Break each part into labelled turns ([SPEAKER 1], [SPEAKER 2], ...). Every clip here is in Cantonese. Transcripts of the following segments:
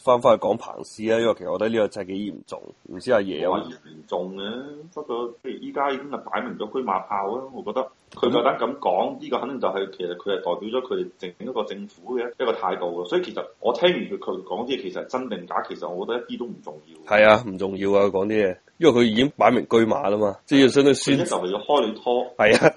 [SPEAKER 1] 翻返去講彭斯啊，因為其實我覺得呢個真係幾嚴重，唔知阿爺有
[SPEAKER 2] 有
[SPEAKER 1] 冇
[SPEAKER 2] 嚴重嘅，不過譬如依家已經係擺明咗車馬炮啦，我覺得佢夠膽咁講，呢、個肯定就係、其實佢係代表咗佢哋整一個政府嘅一個態度嘅，所以其實我聽完佢佢講啲嘢，其實真定假，其實我覺得一啲都唔重要。
[SPEAKER 1] 係啊，唔重要啊，佢講啲嘢，因為佢已經擺明車馬啦嘛，即係相當於
[SPEAKER 2] 佢
[SPEAKER 1] 宣
[SPEAKER 2] 一就係要開你拖，
[SPEAKER 1] 係啊，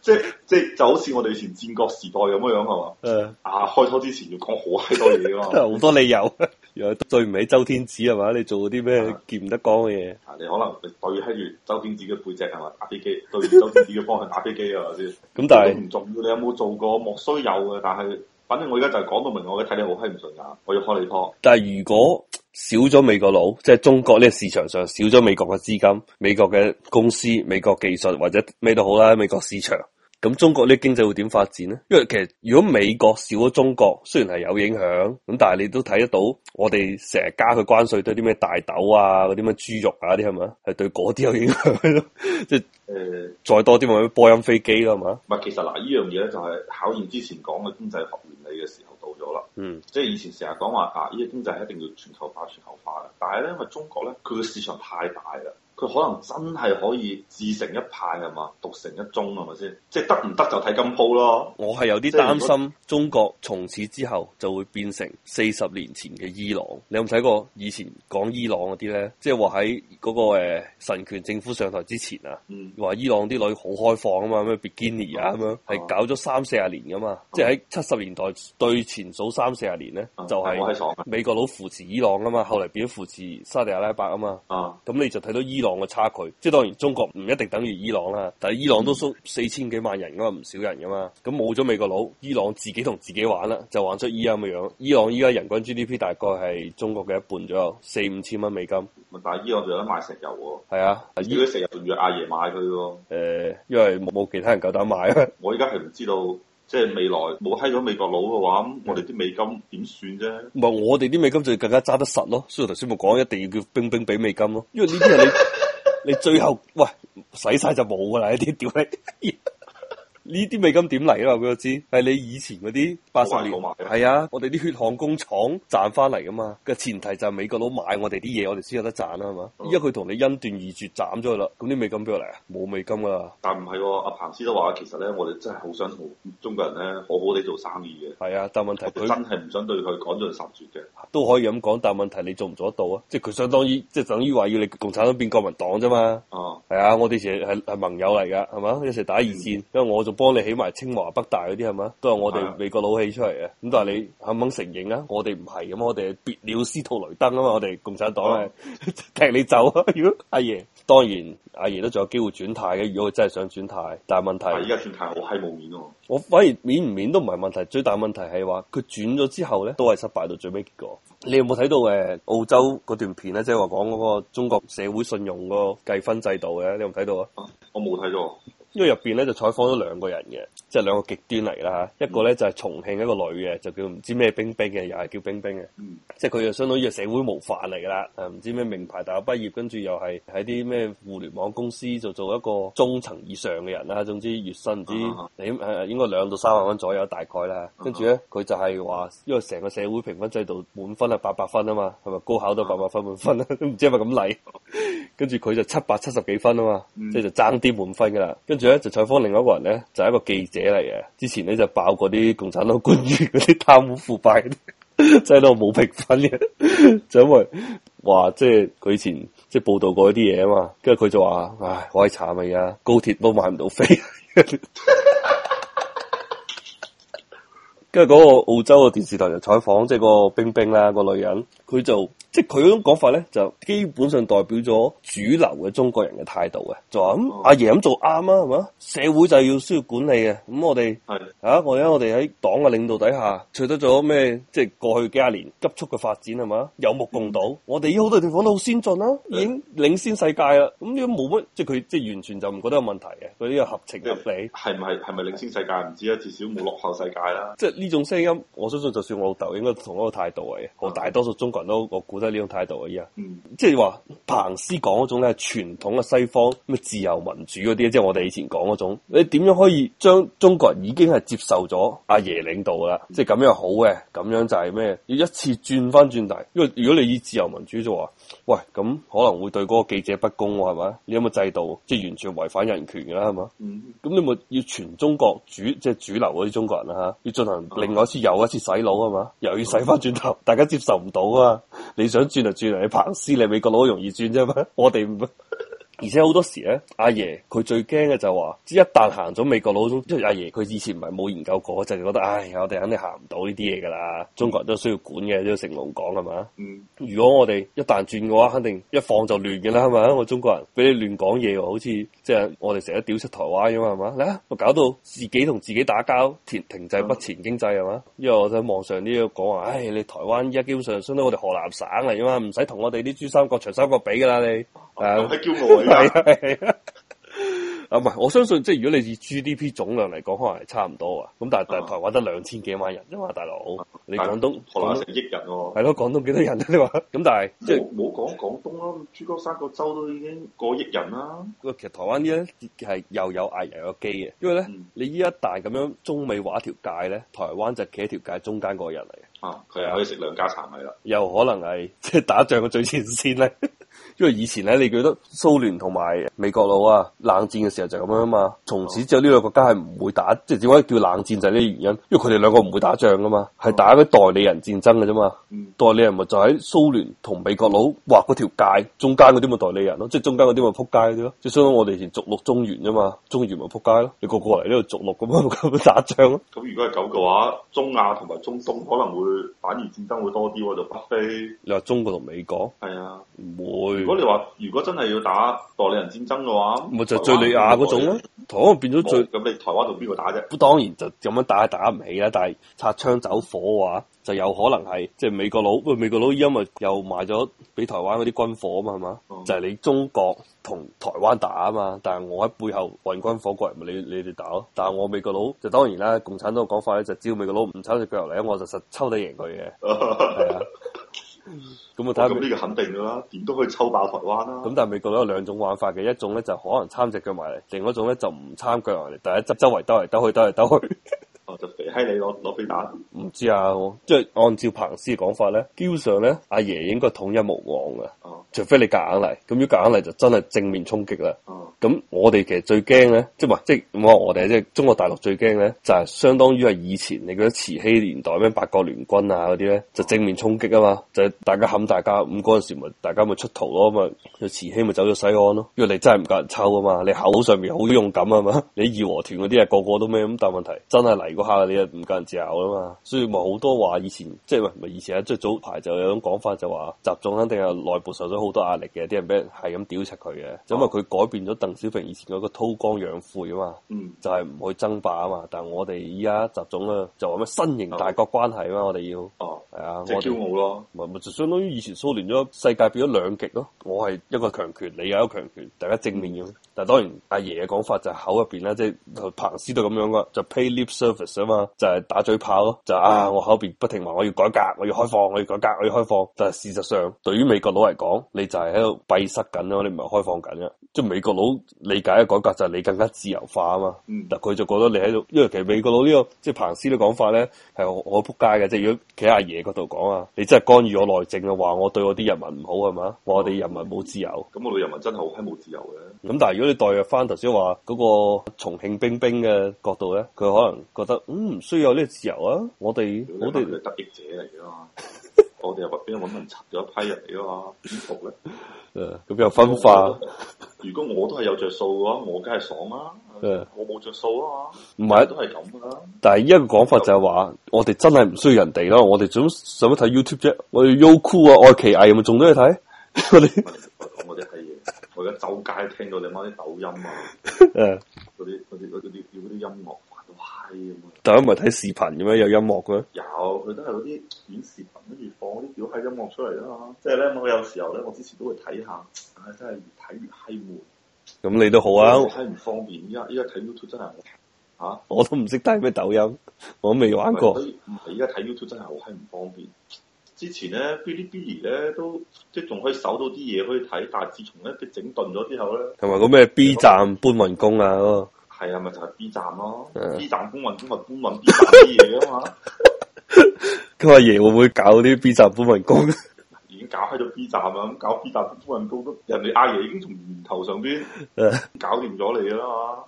[SPEAKER 2] 即即就好似我哋以前戰國時代咁樣樣係嘛？
[SPEAKER 1] 誒
[SPEAKER 2] 啊，開拖之前要講好閪多嘢噶 嘛？
[SPEAKER 1] 好多理由，又對唔起周天子係嘛？你做嗰啲咩見唔得光嘅嘢？
[SPEAKER 2] 啊！你可能你對喺住周星馳嘅背脊係嘛打飛機，對住周星馳嘅方向打飛機啊，係咪先？
[SPEAKER 1] 咁但
[SPEAKER 2] 都
[SPEAKER 1] 係
[SPEAKER 2] 唔重要，你有冇做過？莫須有嘅，但係反正我而家就係講到明，我嘅睇你好閪唔順眼，我要開你拖。
[SPEAKER 1] 但係如果少咗美國佬，即係中國呢個市場上少咗美國嘅資金、美國嘅公司、美國技術或者咩都好啦，美國市場。咁中國呢個經濟會點發展呢？因為其實如果美國少咗中國，雖然係有影響，咁但係你都睇得到，我哋成日加佢關稅，對啲咩大豆啊、嗰啲咩豬肉啊啲係咪啊？係對嗰啲有影響咯。即係
[SPEAKER 2] 誒、
[SPEAKER 1] 再多啲咪波音飛機啦，係嘛？
[SPEAKER 2] 唔係其實嗱，呢樣嘢咧就係考驗之前講嘅經濟學原理嘅時候到咗啦。
[SPEAKER 1] 嗯，
[SPEAKER 2] 即係以前成日講話啊，呢、個經濟係一定要全球化、全球化嘅。但係咧，因為中國咧，佢嘅市場太大啦，佢可能真係可以自成一派係嘛，獨成一宗係咪先？即係得唔得就睇今鋪咯。
[SPEAKER 1] 我係有啲擔心中國從此之後就會變成四十年前嘅伊朗。你有冇睇過以前講伊朗嗰啲咧？即係話喺嗰個誒神權政府上台之前啊，
[SPEAKER 2] 嗯，
[SPEAKER 1] 話伊朗啲女好開放啊嘛，咩 bikini 啊咁啊樣，係搞咗三四十年噶嘛。即係喺七十年代對前數三四十年咧，就
[SPEAKER 2] 我閪
[SPEAKER 1] 係
[SPEAKER 2] 爽啊！
[SPEAKER 1] 美國佬扶持伊朗啊嘛，後嚟變咗扶持沙地阿拉伯啊嘛。
[SPEAKER 2] 啊，
[SPEAKER 1] 咁你就睇到伊朗嘅差距，即係當然中國唔一定等於伊朗啦，但係伊朗都收四千幾萬人噶嘛，唔少人噶嘛，咁冇咗美國佬，伊朗自己同自己玩啦，就玩出依家咁嘅樣。伊朗依家人均 GDP 大概係中國嘅一半左右，四五千蚊美金，
[SPEAKER 2] 但係呢個仲有得賣石油喎。
[SPEAKER 1] 係啊，伊
[SPEAKER 2] 呢啲石油仲要阿爺買佢喎。
[SPEAKER 1] 誒、因為冇冇其他人夠膽買啊，
[SPEAKER 2] 我而家係唔知道，即係未來冇閪咗美國佬嘅話，
[SPEAKER 1] 嗯
[SPEAKER 2] 咁我哋啲美金點算啫？
[SPEAKER 1] 唔係我哋啲美金就更加揸得實咯，所以頭先咪講一定要叫冰冰俾美金咯，因為呢啲係你 你最後喂使晒就冇噶啦，呢啲屌你！ 呢啲美金點嚟啊？話俾我知，係你以前嗰啲八十年
[SPEAKER 2] 好買好買
[SPEAKER 1] 係啊，我哋啲血汗工廠賺翻嚟噶嘛。嘅前提就係美國佬買我哋啲嘢，我哋先有得賺啦，係嘛？
[SPEAKER 2] 嗯
[SPEAKER 1] 依家佢同你恩斷義絕斬咗佢啦，咁啲美金邊度嚟啊？冇美金噶啦，
[SPEAKER 2] 但唔係喎，阿彭斯都話，其實咧，我哋真係好想同中國人咧好好地做生意嘅。
[SPEAKER 1] 係啊，但問題
[SPEAKER 2] 我哋
[SPEAKER 1] 佢
[SPEAKER 2] 真係唔想對佢趕盡殺絕嘅，
[SPEAKER 1] 都可以咁講，但問題你做唔做得到啊？即係佢相當於即係等於話要你共產黨變國民黨啫嘛。
[SPEAKER 2] 啊，
[SPEAKER 1] 係啊，我哋以前係係盟友嚟噶，係嘛？一齊打二戰，因為我仲幫你起埋清華、北大嗰啲，係嘛？都係我
[SPEAKER 2] 嗯係
[SPEAKER 1] 哋
[SPEAKER 2] 啊
[SPEAKER 1] 美國佬起出嚟嘅。咁但係你肯唔肯承認啊？我哋唔係咁，我哋係別了司徒雷登啊嘛，我哋共產黨
[SPEAKER 2] 哦
[SPEAKER 1] 係 踢你走啊！如果阿爺，當然阿爺都仲有機會轉態嘅。如果佢真係想轉態，但係問
[SPEAKER 2] 但係啊
[SPEAKER 1] 題
[SPEAKER 2] 依。家算太好閪冇面喎。
[SPEAKER 1] 我反而免唔免都唔係問題，最大問題係話佢轉咗之後咧，都係失敗到最尾結果。你有冇睇到誒、呃澳洲嗰段片咧？即係話講嗰個中國社會信用嗰個計分制度嘅，你有冇睇到啊？
[SPEAKER 2] 我冇睇到，
[SPEAKER 1] 因為入邊咧就採訪咗兩個人嘅，即係兩個極端嚟啦嚇。一個咧就係、重慶一個女嘅，就叫唔知咩冰冰嘅，又係叫冰冰嘅。
[SPEAKER 2] 嗯，
[SPEAKER 1] 即係佢就相當於係社會模範嚟㗎啦，誒唔知咩名牌大學畢業，跟住又係喺啲咩互聯網公司就做一個中層以上嘅人啦。總之月薪唔知
[SPEAKER 2] 啊哈
[SPEAKER 1] 你誒應該兩到三萬蚊左右大概啦。跟住咧佢就係話，因為成個社會評分制度滿分係八百分啊嘛，係咪高考都八百分滿分啦？啊都唔知係咪咁嚟。跟住佢就七百七十幾分啊嘛，
[SPEAKER 2] 嗯
[SPEAKER 1] 即係就爭啲滿分噶啦。跟住咧就採訪另外一個人咧，就係、一個記者嚟嘅。之前咧就爆過啲共產黨官員嗰啲貪污腐敗 嗰啲，即係都冇評分嘅， 就因為話即係佢以前即係報道過一啲嘢啊嘛。跟住佢就話：唉，我係慘啊！而家高鐵都買唔到飛。跟住嗰個澳洲嘅電視台就採訪，即係嗰個冰冰啦，個女人，佢就即係佢嗰種講法咧，就基本上代表咗主流嘅中國人嘅態度嘅，就話咁、
[SPEAKER 2] 哦
[SPEAKER 1] 阿爺咁做啱啊，係嘛？社會就要需要管理啊嘅，咁、我哋
[SPEAKER 2] 係
[SPEAKER 1] 啊，我哋我哋喺黨嘅領導底下，取得咗咩？即係過去幾廿年急速嘅發展係嘛，有目共睹。我哋好多地方都好先進啦、已經領先世界啦。咁呢個冇乜，即係佢即係完全就唔覺得有問題嘅，佢呢個合情合理。
[SPEAKER 2] 係唔係係咪領先世界唔知啊，至少冇落後世界啦。
[SPEAKER 1] 即係呢種聲音，我相信就算我老豆應該同一個態度嚟嘅，我大多數中國人都我估得都係呢種態度啊！依家
[SPEAKER 2] 嗯，
[SPEAKER 1] 即係話彭斯講嗰種咧，傳統嘅西方咩自由民主嗰啲，即係我哋以前講嗰種，你點樣可以將中國人已經係接受咗阿爺領導啦？即係咁樣好嘅，咁樣就係咩？要一次轉翻轉大，因為如果你以自由民主就話，喂，咁可能會對嗰個記者不公喎，係咪？你有冇制度即係完全違反人權㗎啦，係嘛？
[SPEAKER 2] 嗯，
[SPEAKER 1] 咁你咪要全中國主即係主流嗰啲中國人啦嚇，要進行另外一次又一次洗腦啊嘛，又要洗翻轉頭，大家接受唔到啊嘛。你想轉就轉啊，你彭斯你美國佬好容易轉啫嘛， 我哋唔。而且好多時咧，阿爺佢最驚嘅就話，即係一旦行咗美國佬嗰種，即係阿爺佢以前唔係冇研究過，就係覺得，唉，我哋肯定行唔到呢啲嘢㗎啦，中國人都需要管嘅，都成龍講係嘛？
[SPEAKER 2] 嗯，
[SPEAKER 1] 如果我哋一旦轉嘅話，肯定一放就亂嘅啦，係咪？我中國人俾你亂講嘢喎，好似即係我哋成日屌出台灣啊嘅嘛，係嘛？嗱，我搞到自己同自己打交，停停滯不前經濟係啊嘛？因為我喺網上呢度講話，唉，你台灣依家基本上相當於我哋河南省嚟啊嘛，唔使同我哋啲珠三角、長三角比㗎啦，你啊
[SPEAKER 2] 咁閪驕傲嚟㗎。
[SPEAKER 1] 係啊。啊，唔係，我相信即係如果你以 GDP 總量嚟講，可能係差唔多啊。咁但係但係台灣得兩千幾萬人啫嘛，大佬。你廣東
[SPEAKER 2] 河南
[SPEAKER 1] 廣東
[SPEAKER 2] 成億人喎、
[SPEAKER 1] 係咯，廣東幾多人啊？你話咁，但係即係
[SPEAKER 2] 冇冇講廣東啦，珠江三角洲都已經過億人啦。
[SPEAKER 1] 個其實台灣呢咧係又有危又有機嘅，因為咧
[SPEAKER 2] 嗯
[SPEAKER 1] 你依一旦咁樣中美畫一條界咧，台灣就企喺條界中間嗰個人嚟嘅，
[SPEAKER 2] 啊，佢係可以食兩家茶米啦。
[SPEAKER 1] 又可能係即係打仗嘅最前線咧。 因為以前咧，你記得蘇聯同埋美國佬啊，冷戰嘅時候就咁樣啊嘛。從此之後，呢兩個國家係唔會打，即係點解叫冷戰就係呢個原因，因為佢哋兩個唔會打仗噶嘛，係打嗰啲代理人戰爭嘅啫嘛。
[SPEAKER 2] 嗯，
[SPEAKER 1] 代理人咪就喺蘇聯同美國佬劃嗰條界，中間嗰啲咪代理人咯，即係中間嗰啲咪撲街嗰啲咯，即係相當於我哋以前逐鹿中原啫嘛，中原咪撲街咯，你個個嚟呢度逐鹿咁樣咁樣打仗咯，
[SPEAKER 2] 咁如果係咁嘅話，中亞同埋中東可能會反而戰爭會多啲喎，就北非
[SPEAKER 1] 你話中國同美國
[SPEAKER 2] 係啊。
[SPEAKER 1] 唔會
[SPEAKER 2] 如果，你話如果真係要打代理人戰爭嘅話，
[SPEAKER 1] 咪就係敍利亞嗰種咯，台灣變咗
[SPEAKER 2] 冇。
[SPEAKER 1] 最，
[SPEAKER 2] 咁你台灣同邊個打啫？
[SPEAKER 1] 當然就咁樣打係打唔起啦，但係擦槍走火嘅話，就有可能係即係美國佬，喂美國佬因為又賣咗俾台灣嗰啲軍火啊嘛，係嘛？
[SPEAKER 2] 嗯
[SPEAKER 1] 就係你中國同台灣打啊嘛，但係我喺背後運軍火過嚟，咪你你哋打咯。但係我美國佬就當然啦，共產黨嘅講法咧就只要美國佬唔抽只腳嚟，我就實抽得贏佢嘅。係啊，咁我睇下
[SPEAKER 2] 咁
[SPEAKER 1] 美，
[SPEAKER 2] 呢個肯定㗎啦，點都可以抽爆台灣啦。
[SPEAKER 1] 咁但係美國佬有兩種玩法嘅，一種咧就可能參只腳埋嚟，另一種咧就唔參腳埋嚟，但係周周圍兜嚟兜去兜嚟兜去。
[SPEAKER 2] 哦，就肥閪你攞攞飛彈，
[SPEAKER 1] 唔知啊，我即係按照彭斯嘅講法咧，基本上咧阿爺應該統一無往嘅，
[SPEAKER 2] 哦
[SPEAKER 1] 除非你夾硬嚟，咁要夾硬嚟就真係正面衝擊啦。
[SPEAKER 2] 哦，
[SPEAKER 1] 咁我哋其實最驚咧，即係唔係即係唔好話我哋即係中國大陸最驚咧，就係、相當於係以前你覺得慈禧年代咩八國聯軍啊嗰啲咧，就正面衝擊啊嘛，就係大家冚大家，咁嗰陣時咪大家咪出逃咯，咁啊就慈禧咪走咗西安咯，因為你真係唔夠人抽啊嘛，你口上面好勇敢啊嘛， 你義和團嗰啲啊個個都咩咁，但係問題真係嚟嗰下你又唔夠人嚼啊嘛，所以咪好多話以前即係唔係以前啊，即係早排就有種講法就話習總肯定係內部受咗好多壓力嘅，啲人俾人係咁屌柒佢
[SPEAKER 2] 哦
[SPEAKER 1] 嘅，因為佢改變咗鄧小平以前嗰個韜光養晦啊嘛，
[SPEAKER 2] 嗯，
[SPEAKER 1] 就係、唔去爭霸啊嘛。但係我哋依家習總咧就話咩新型大國關係啊嘛，我哋要
[SPEAKER 2] 哦，
[SPEAKER 1] 係啊，我
[SPEAKER 2] 即係驕
[SPEAKER 1] 哋
[SPEAKER 2] 傲咯。
[SPEAKER 1] 咪咪就相當於以前蘇聯咗世界變咗兩極咯。我係一個強權，你有一個強權，大家正面嘅。但係當然阿爺嘅講法就係口入邊啦，即係彭斯都咁樣噶，就 pay lip service 啊嘛，就係、打嘴炮咯，就啊我口入邊不停話我要改革，我要開放，我要改革，我要開放。但係事實上對於美國佬嚟講，你就係喺度閉塞緊咯，你唔係開放緊嘅。即係美國佬理解嘅改革就係你更加自由化啊嘛。
[SPEAKER 2] 嗯
[SPEAKER 1] 但佢就覺得你喺度，因為其實美國佬呢、個即係彭斯嘅講法咧係好好撲街嘅，即係如果企喺阿爺嗰度講啊，你真係干預我內政啊，話我對我啲人民唔好係嘛，話我哋人民冇自由。
[SPEAKER 2] 咁我哋人民真係好閪冇自由嘅。
[SPEAKER 1] 咁但係如果你代入翻頭先話嗰個重慶冰冰嘅角度咧，佢可能覺得嗯唔需要有呢個自由啊，我哋
[SPEAKER 2] 我
[SPEAKER 1] 我
[SPEAKER 2] 哋
[SPEAKER 1] 哋
[SPEAKER 2] 係得益者嚟 噶嘛，我哋又話俾人搵人插咗一批人嚟噶嘛，點服咧？
[SPEAKER 1] 誒呃咁又分化，
[SPEAKER 2] 如果我都係有着數嘅話，我梗係爽啦、
[SPEAKER 1] 嗯
[SPEAKER 2] 我冇着數啊嘛，
[SPEAKER 1] 唔係
[SPEAKER 2] 都係咁噶啦。
[SPEAKER 1] 但係依一個講法就係話，我哋真係唔需要人哋咯，我哋做使乜睇 YouTube 啫？我哋 Youku 啊、愛奇藝咪仲都去睇，我哋
[SPEAKER 2] 我講嗰啲閪嘢，我而家周街聽到你媽啲抖音啊，
[SPEAKER 1] 誒，
[SPEAKER 2] 嗰啲嗰啲嗰啲嗰啲音樂煩到閪咁啊！
[SPEAKER 1] 大家唔係睇視頻嘅咩？有音樂嘅咩？
[SPEAKER 2] 有，佢都係嗰啲短視頻，跟住放嗰啲屌閪音樂出嚟啦嘛。即係咧，我有時候咧，我之前都會睇下，唉，真係越睇越閪悶，
[SPEAKER 1] 咁你都好
[SPEAKER 2] 哇，
[SPEAKER 1] 啊，
[SPEAKER 2] 閪唔方便。依家依家睇 YouTube 真係嚇。啊
[SPEAKER 1] 我都唔識睇咩抖音，我都未玩過。
[SPEAKER 2] 所以唔係而家睇 YouTube 真係好閪唔方便，之前咧，Bilibili 咧都即係仲可以搜到啲嘢可以睇，但係自從咧佢整頓咗之後咧，
[SPEAKER 1] 同埋個咩 B 站搬運工啊嗰個
[SPEAKER 2] 係啊，咪就係 B 站咯
[SPEAKER 1] 嗯
[SPEAKER 2] ，B 站搬運工咪搬運 B 站啲嘢啊嘛，
[SPEAKER 1] 佢阿爺會唔會搞啲 B 站搬運工？
[SPEAKER 2] 已經搞開咗 B 站啦，咁搞 B 站搬運工都人哋阿爺已經從源頭上邊
[SPEAKER 1] 誒
[SPEAKER 2] 搞掂咗你㗎啦嘛，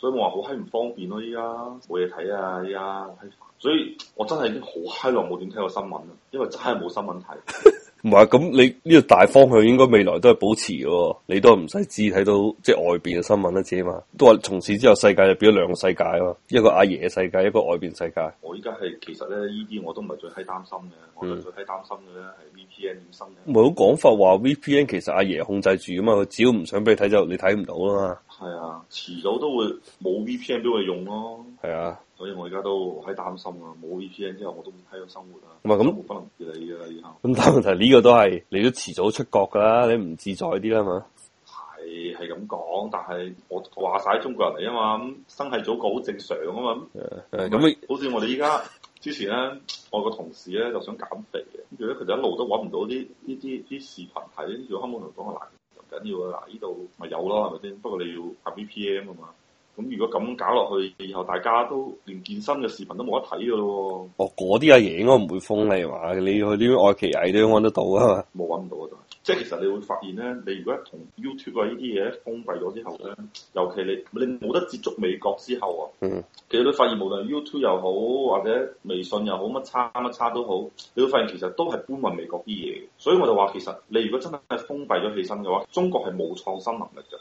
[SPEAKER 2] 所以我話好閪唔方便咯，依家冇嘢睇啊，依家好閪煩所以我真係已經好閪耐冇點睇過新聞啦，因為真係冇新聞睇。
[SPEAKER 1] 唔係啊咁，你呢個大方向應該未來都係保持嘅喎，你都係唔使只睇到即係外邊嘅新聞啦，知啊嘛？都話從此之後世界就變咗兩個世界啊嘛，一個阿爺嘅世界，一個外邊世界。
[SPEAKER 2] 我依家係其實咧，呢啲我都唔係最閪擔心嘅，我就
[SPEAKER 1] 嗯
[SPEAKER 2] 最閪擔心嘅咧係 VPN 衍生
[SPEAKER 1] 唔
[SPEAKER 2] 嘅。
[SPEAKER 1] 係好講法話 VPN 其實阿爺控制住啊嘛，佢只要唔想俾你睇就你睇唔到啦嘛。
[SPEAKER 2] 係啊，遲早都會冇 VPN 俾我哋用咯，
[SPEAKER 1] 係啊，
[SPEAKER 2] 所以我而家都好閪擔心啊！冇 VPN 之後我都唔閪有生活啊，
[SPEAKER 1] 唔係咁
[SPEAKER 2] 生活不能自理嘅啦，以後
[SPEAKER 1] 咁但係問題呢個都係你都遲早出國㗎啦，你唔自在啲啦嘛。
[SPEAKER 2] 係係咁講，但係我話晒中國人嚟啊嘛，咁生係祖國好正常啊嘛，
[SPEAKER 1] 誒咁你
[SPEAKER 2] 好似我哋依家之前咧，我個同事咧就想減肥嘅，跟住咧佢就一路都揾唔到啲呢啲啲視頻睇，跟住後尾同我講話嗱唔緊要啊，嗱呢度咪有咯係咪先？不過你要拍 VPN 啊嘛。咁如果咁搞落去，以後大家都連健身嘅視頻都冇得睇噶咯
[SPEAKER 1] 哦嗰啲阿爺應該唔會封你嘛，你去啲愛奇藝都揾得到啊嘛。
[SPEAKER 2] 喎，冇揾唔到啊！真係即係其實你會發現咧，你如果同 YouTube 啊呢啲嘢封閉咗之後咧，尤其你你冇得接觸美國之後啊，
[SPEAKER 1] 嗯
[SPEAKER 2] 其實你發現無論 YouTube 又好，或者微信又好，乜叉乜叉都好，你會發現其實都係搬運美國啲嘢嘅。所以我就話其實你如果真係封閉咗起身嘅話，中國係冇創新能力嘅。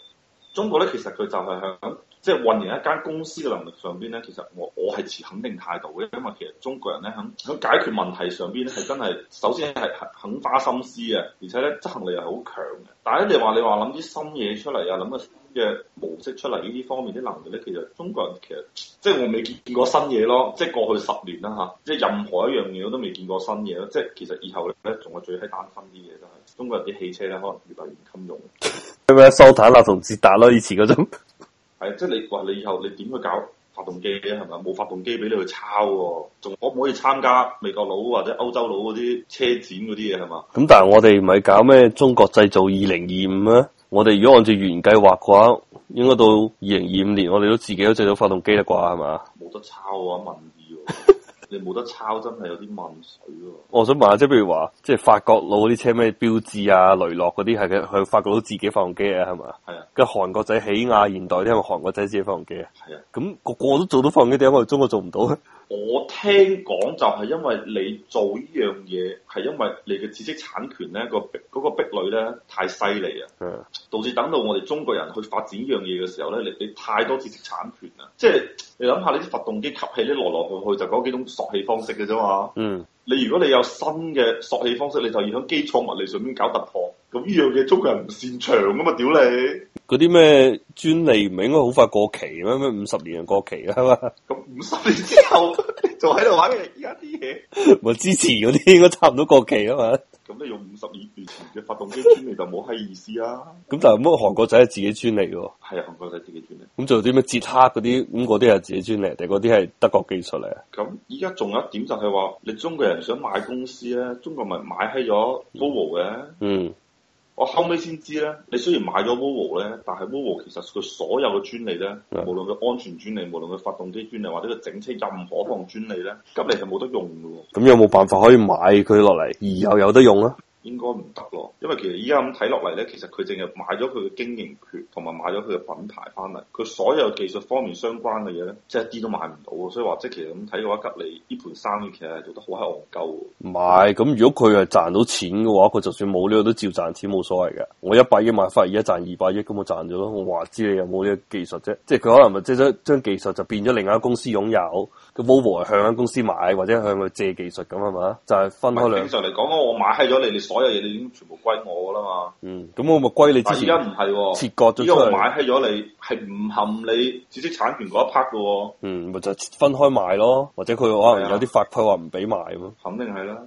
[SPEAKER 2] 中國咧其實佢就係響即係運營一間公司嘅能力上邊咧，其實我我係持肯定態度嘅，因為其實中國人咧響響解決問題上邊咧係真係首先係肯肯花心思嘅，而且咧執行力係好強嘅。但係咧你話你話諗啲新嘢出嚟啊，諗個新嘅模式出嚟呢啲方面啲能力咧，其實中國人其實。即係我未見過新嘢咯，即係過去十年啦嚇，即係任何一樣嘢我都未見過新嘢咯。即係其實以後咧，仲係最閪擔心啲嘢就係中國人啲汽車咧，可能越嚟越襟用。
[SPEAKER 1] 咁樣收坦啦同捷達咯，以前嗰種。
[SPEAKER 2] 係即係你話你以後你點去搞發動機啊咧？係咪冇發動機俾你去抄喎？仲可唔可以參加美國佬或者歐洲佬嗰啲車展嗰啲嘢係嘛？
[SPEAKER 1] 咁但係我哋咪搞咩中國製造二零二五啊？我哋如果按照原計劃嘅話，應該到二零二五年，我哋都自己都製造發動機啦啩，係嘛？
[SPEAKER 2] 冇得抄啊，民意喎！你冇得抄真係有啲問水喎。
[SPEAKER 1] 我想問下，即係譬如話，即係法國佬嗰啲車咩標誌啊、雷諾嗰啲係嘅，佢法國佬自己發動機啊，係嘛？
[SPEAKER 2] 係啊，
[SPEAKER 1] 跟住韓國仔起亞現代啲係咪韓國仔自己發動機啊？
[SPEAKER 2] 係啊。
[SPEAKER 1] 咁個個都做到發動機，點解我哋中國做唔到咧？
[SPEAKER 2] 我聽講就係因為你做呢樣嘢，係因為你嘅知識產權咧個壁嗰個壁壘咧太犀利啊，
[SPEAKER 1] 嗯
[SPEAKER 2] 導致等到我哋中國人去發展呢樣嘢嘅時候咧，你你太多知識產權啦，即係你諗下你啲發動機吸氣咧，來來去去就嗰幾種索氣方式嘅啫嘛。
[SPEAKER 1] 嗯，
[SPEAKER 2] 你如果你有新嘅索氣方式，你就要喺基礎物理上面搞突破。咁呢樣嘢中國人唔擅長噶嘛，屌你！
[SPEAKER 1] 嗰啲咩專利唔係應該好快過期咩？咩五十年就過期啦係嘛？
[SPEAKER 2] 咁五十年之後你仲喺度玩嘅而家啲嘢。
[SPEAKER 1] 咪之前嗰啲應該差唔多過期啊嘛。
[SPEAKER 2] 咁你用五十年年前嘅發動機專利就冇閪意思啦。
[SPEAKER 1] 咁但係乜韓國仔係自己專利喎，
[SPEAKER 2] 係啊，韓國仔自己專利。
[SPEAKER 1] 咁做啲咩捷克嗰啲，咁嗰啲係自己專利，定嗰啲係德國技術嚟啊？
[SPEAKER 2] 咁依家仲有一點就係話，你中國人想買公司咧，中國咪買閪咗 Volvo 嘅。
[SPEAKER 1] 嗯，
[SPEAKER 2] 我後尾先知咧，你雖然買咗 Volvo 咧，但係 Volvo 其實佢所有嘅專利咧，
[SPEAKER 1] 嗯
[SPEAKER 2] 無論佢安全專利，無論佢發動機專利，或者佢整車任何一項專利咧，吉利係冇得用嘅喎。
[SPEAKER 1] 咁有冇辦法可以買佢落嚟，而又有得用啊？
[SPEAKER 2] 應該唔得咯，因為其實依家咁睇落嚟咧，其實佢淨係買咗佢嘅經營權同埋買咗佢嘅品牌翻嚟，佢所有技術方面相關嘅嘢咧，即係一啲都買唔到喎。所以話即係其實咁睇嘅話，吉利呢盤生意其實係做得好閪戇鳩喎。
[SPEAKER 1] 唔係，咁如果佢係賺到錢嘅話，佢就算冇呢個都照賺錢冇所謂嘅。我一百億買翻，而家賺二百億，咁我賺咗咯。我話知你有冇呢個技術啫，即係佢可能咪即係將將技術就變咗另外一間公司擁有，個 Volvo 係向間公司買或者向佢借技術咁係嘛？就係、分
[SPEAKER 2] 唔
[SPEAKER 1] 開
[SPEAKER 2] 係
[SPEAKER 1] 兩
[SPEAKER 2] 正，常嚟講，我買閪咗你，你所有嘢你已經全部歸我噶啦嘛。
[SPEAKER 1] 嗯，咁我咪歸你之
[SPEAKER 2] 但係依家
[SPEAKER 1] 前
[SPEAKER 2] 唔係喎，
[SPEAKER 1] 切割咗出
[SPEAKER 2] 依家我
[SPEAKER 1] 嚟
[SPEAKER 2] 買。閪咗你係唔含你知識產權嗰一 part 嘅喎，
[SPEAKER 1] 嗯，咪就分開賣咯，或者佢可
[SPEAKER 2] 係
[SPEAKER 1] 能
[SPEAKER 2] 啊
[SPEAKER 1] 有啲法規話唔俾賣咁咯。
[SPEAKER 2] 肯定係啦。